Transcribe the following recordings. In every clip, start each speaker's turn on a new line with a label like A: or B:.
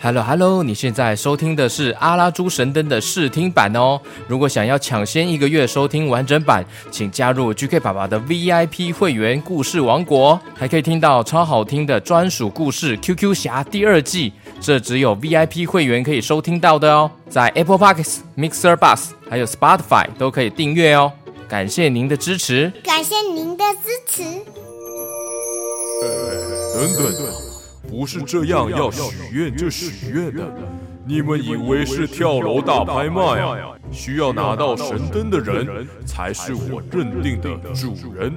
A: Hello Hello，你现在收听的是《阿拉猪神灯》的试听版哦。如果想要抢先一个月收听完整版，请加入 GK 爸爸的 VIP 会员故事王国，还可以听到超好听的专属故事《QQ 侠》第二季，这只有 VIP 会员可以收听到的哦。在 Apple Podcasts、Mixer Bus 还有 Spotify 都可以订阅哦。感谢您的支持。
B: 感谢您的支持。
C: 等等，不是这样要许愿就许愿的。你们以为是跳楼大拍卖啊？需要拿到神灯的人才是我认定的主人，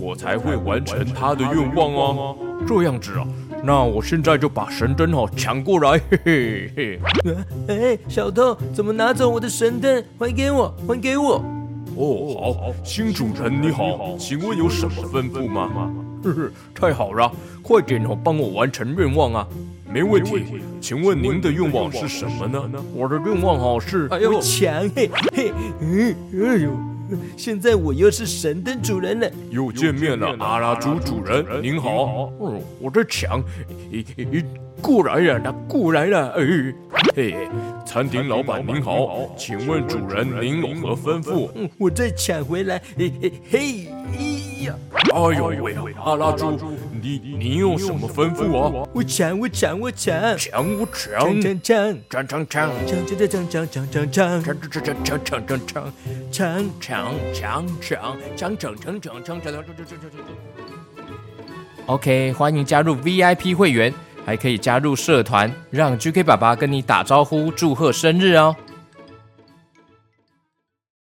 C: 我才会完成他的愿望哦、这样子啊，那我现在就把神灯哦抢过来，嘿嘿嘿。
D: 哎，小偷，怎么拿走我的神灯？还给我，还给我！
C: 哦，好，新主人你好，哦请问有什么吩咐吗？呵呵， 太好了，快点哦，帮我完成愿望啊！没问题，请问您的愿望是什么呢？我的愿望哦是，哎
D: 我强，嘿嘿，嗯，哎呦，现在我又是神灯主人了。
C: 又见面了，阿拉猪主人，您好。嗯，我的墙，咦咦咦过来了，他过来了。哎，嘿，餐厅老板您好，请问主人您有何吩咐？
D: 嗯，我再抢回来，嘿嘿嘿，哎呀，
C: 哎呦喂，阿拉猪，你你有什么吩咐啊？
D: 我抢，我抢，我抢！
C: 抢我抢
D: 抢抢抢
C: 抢抢抢
D: 抢抢抢抢抢抢抢
C: 抢抢抢抢抢抢抢。
D: 抢！
C: 强强强强强强强强强强强
A: OK，欢迎加入 VIP 会员，还可以加入社团，让 GK 爸爸跟你打招呼，祝贺生日哦！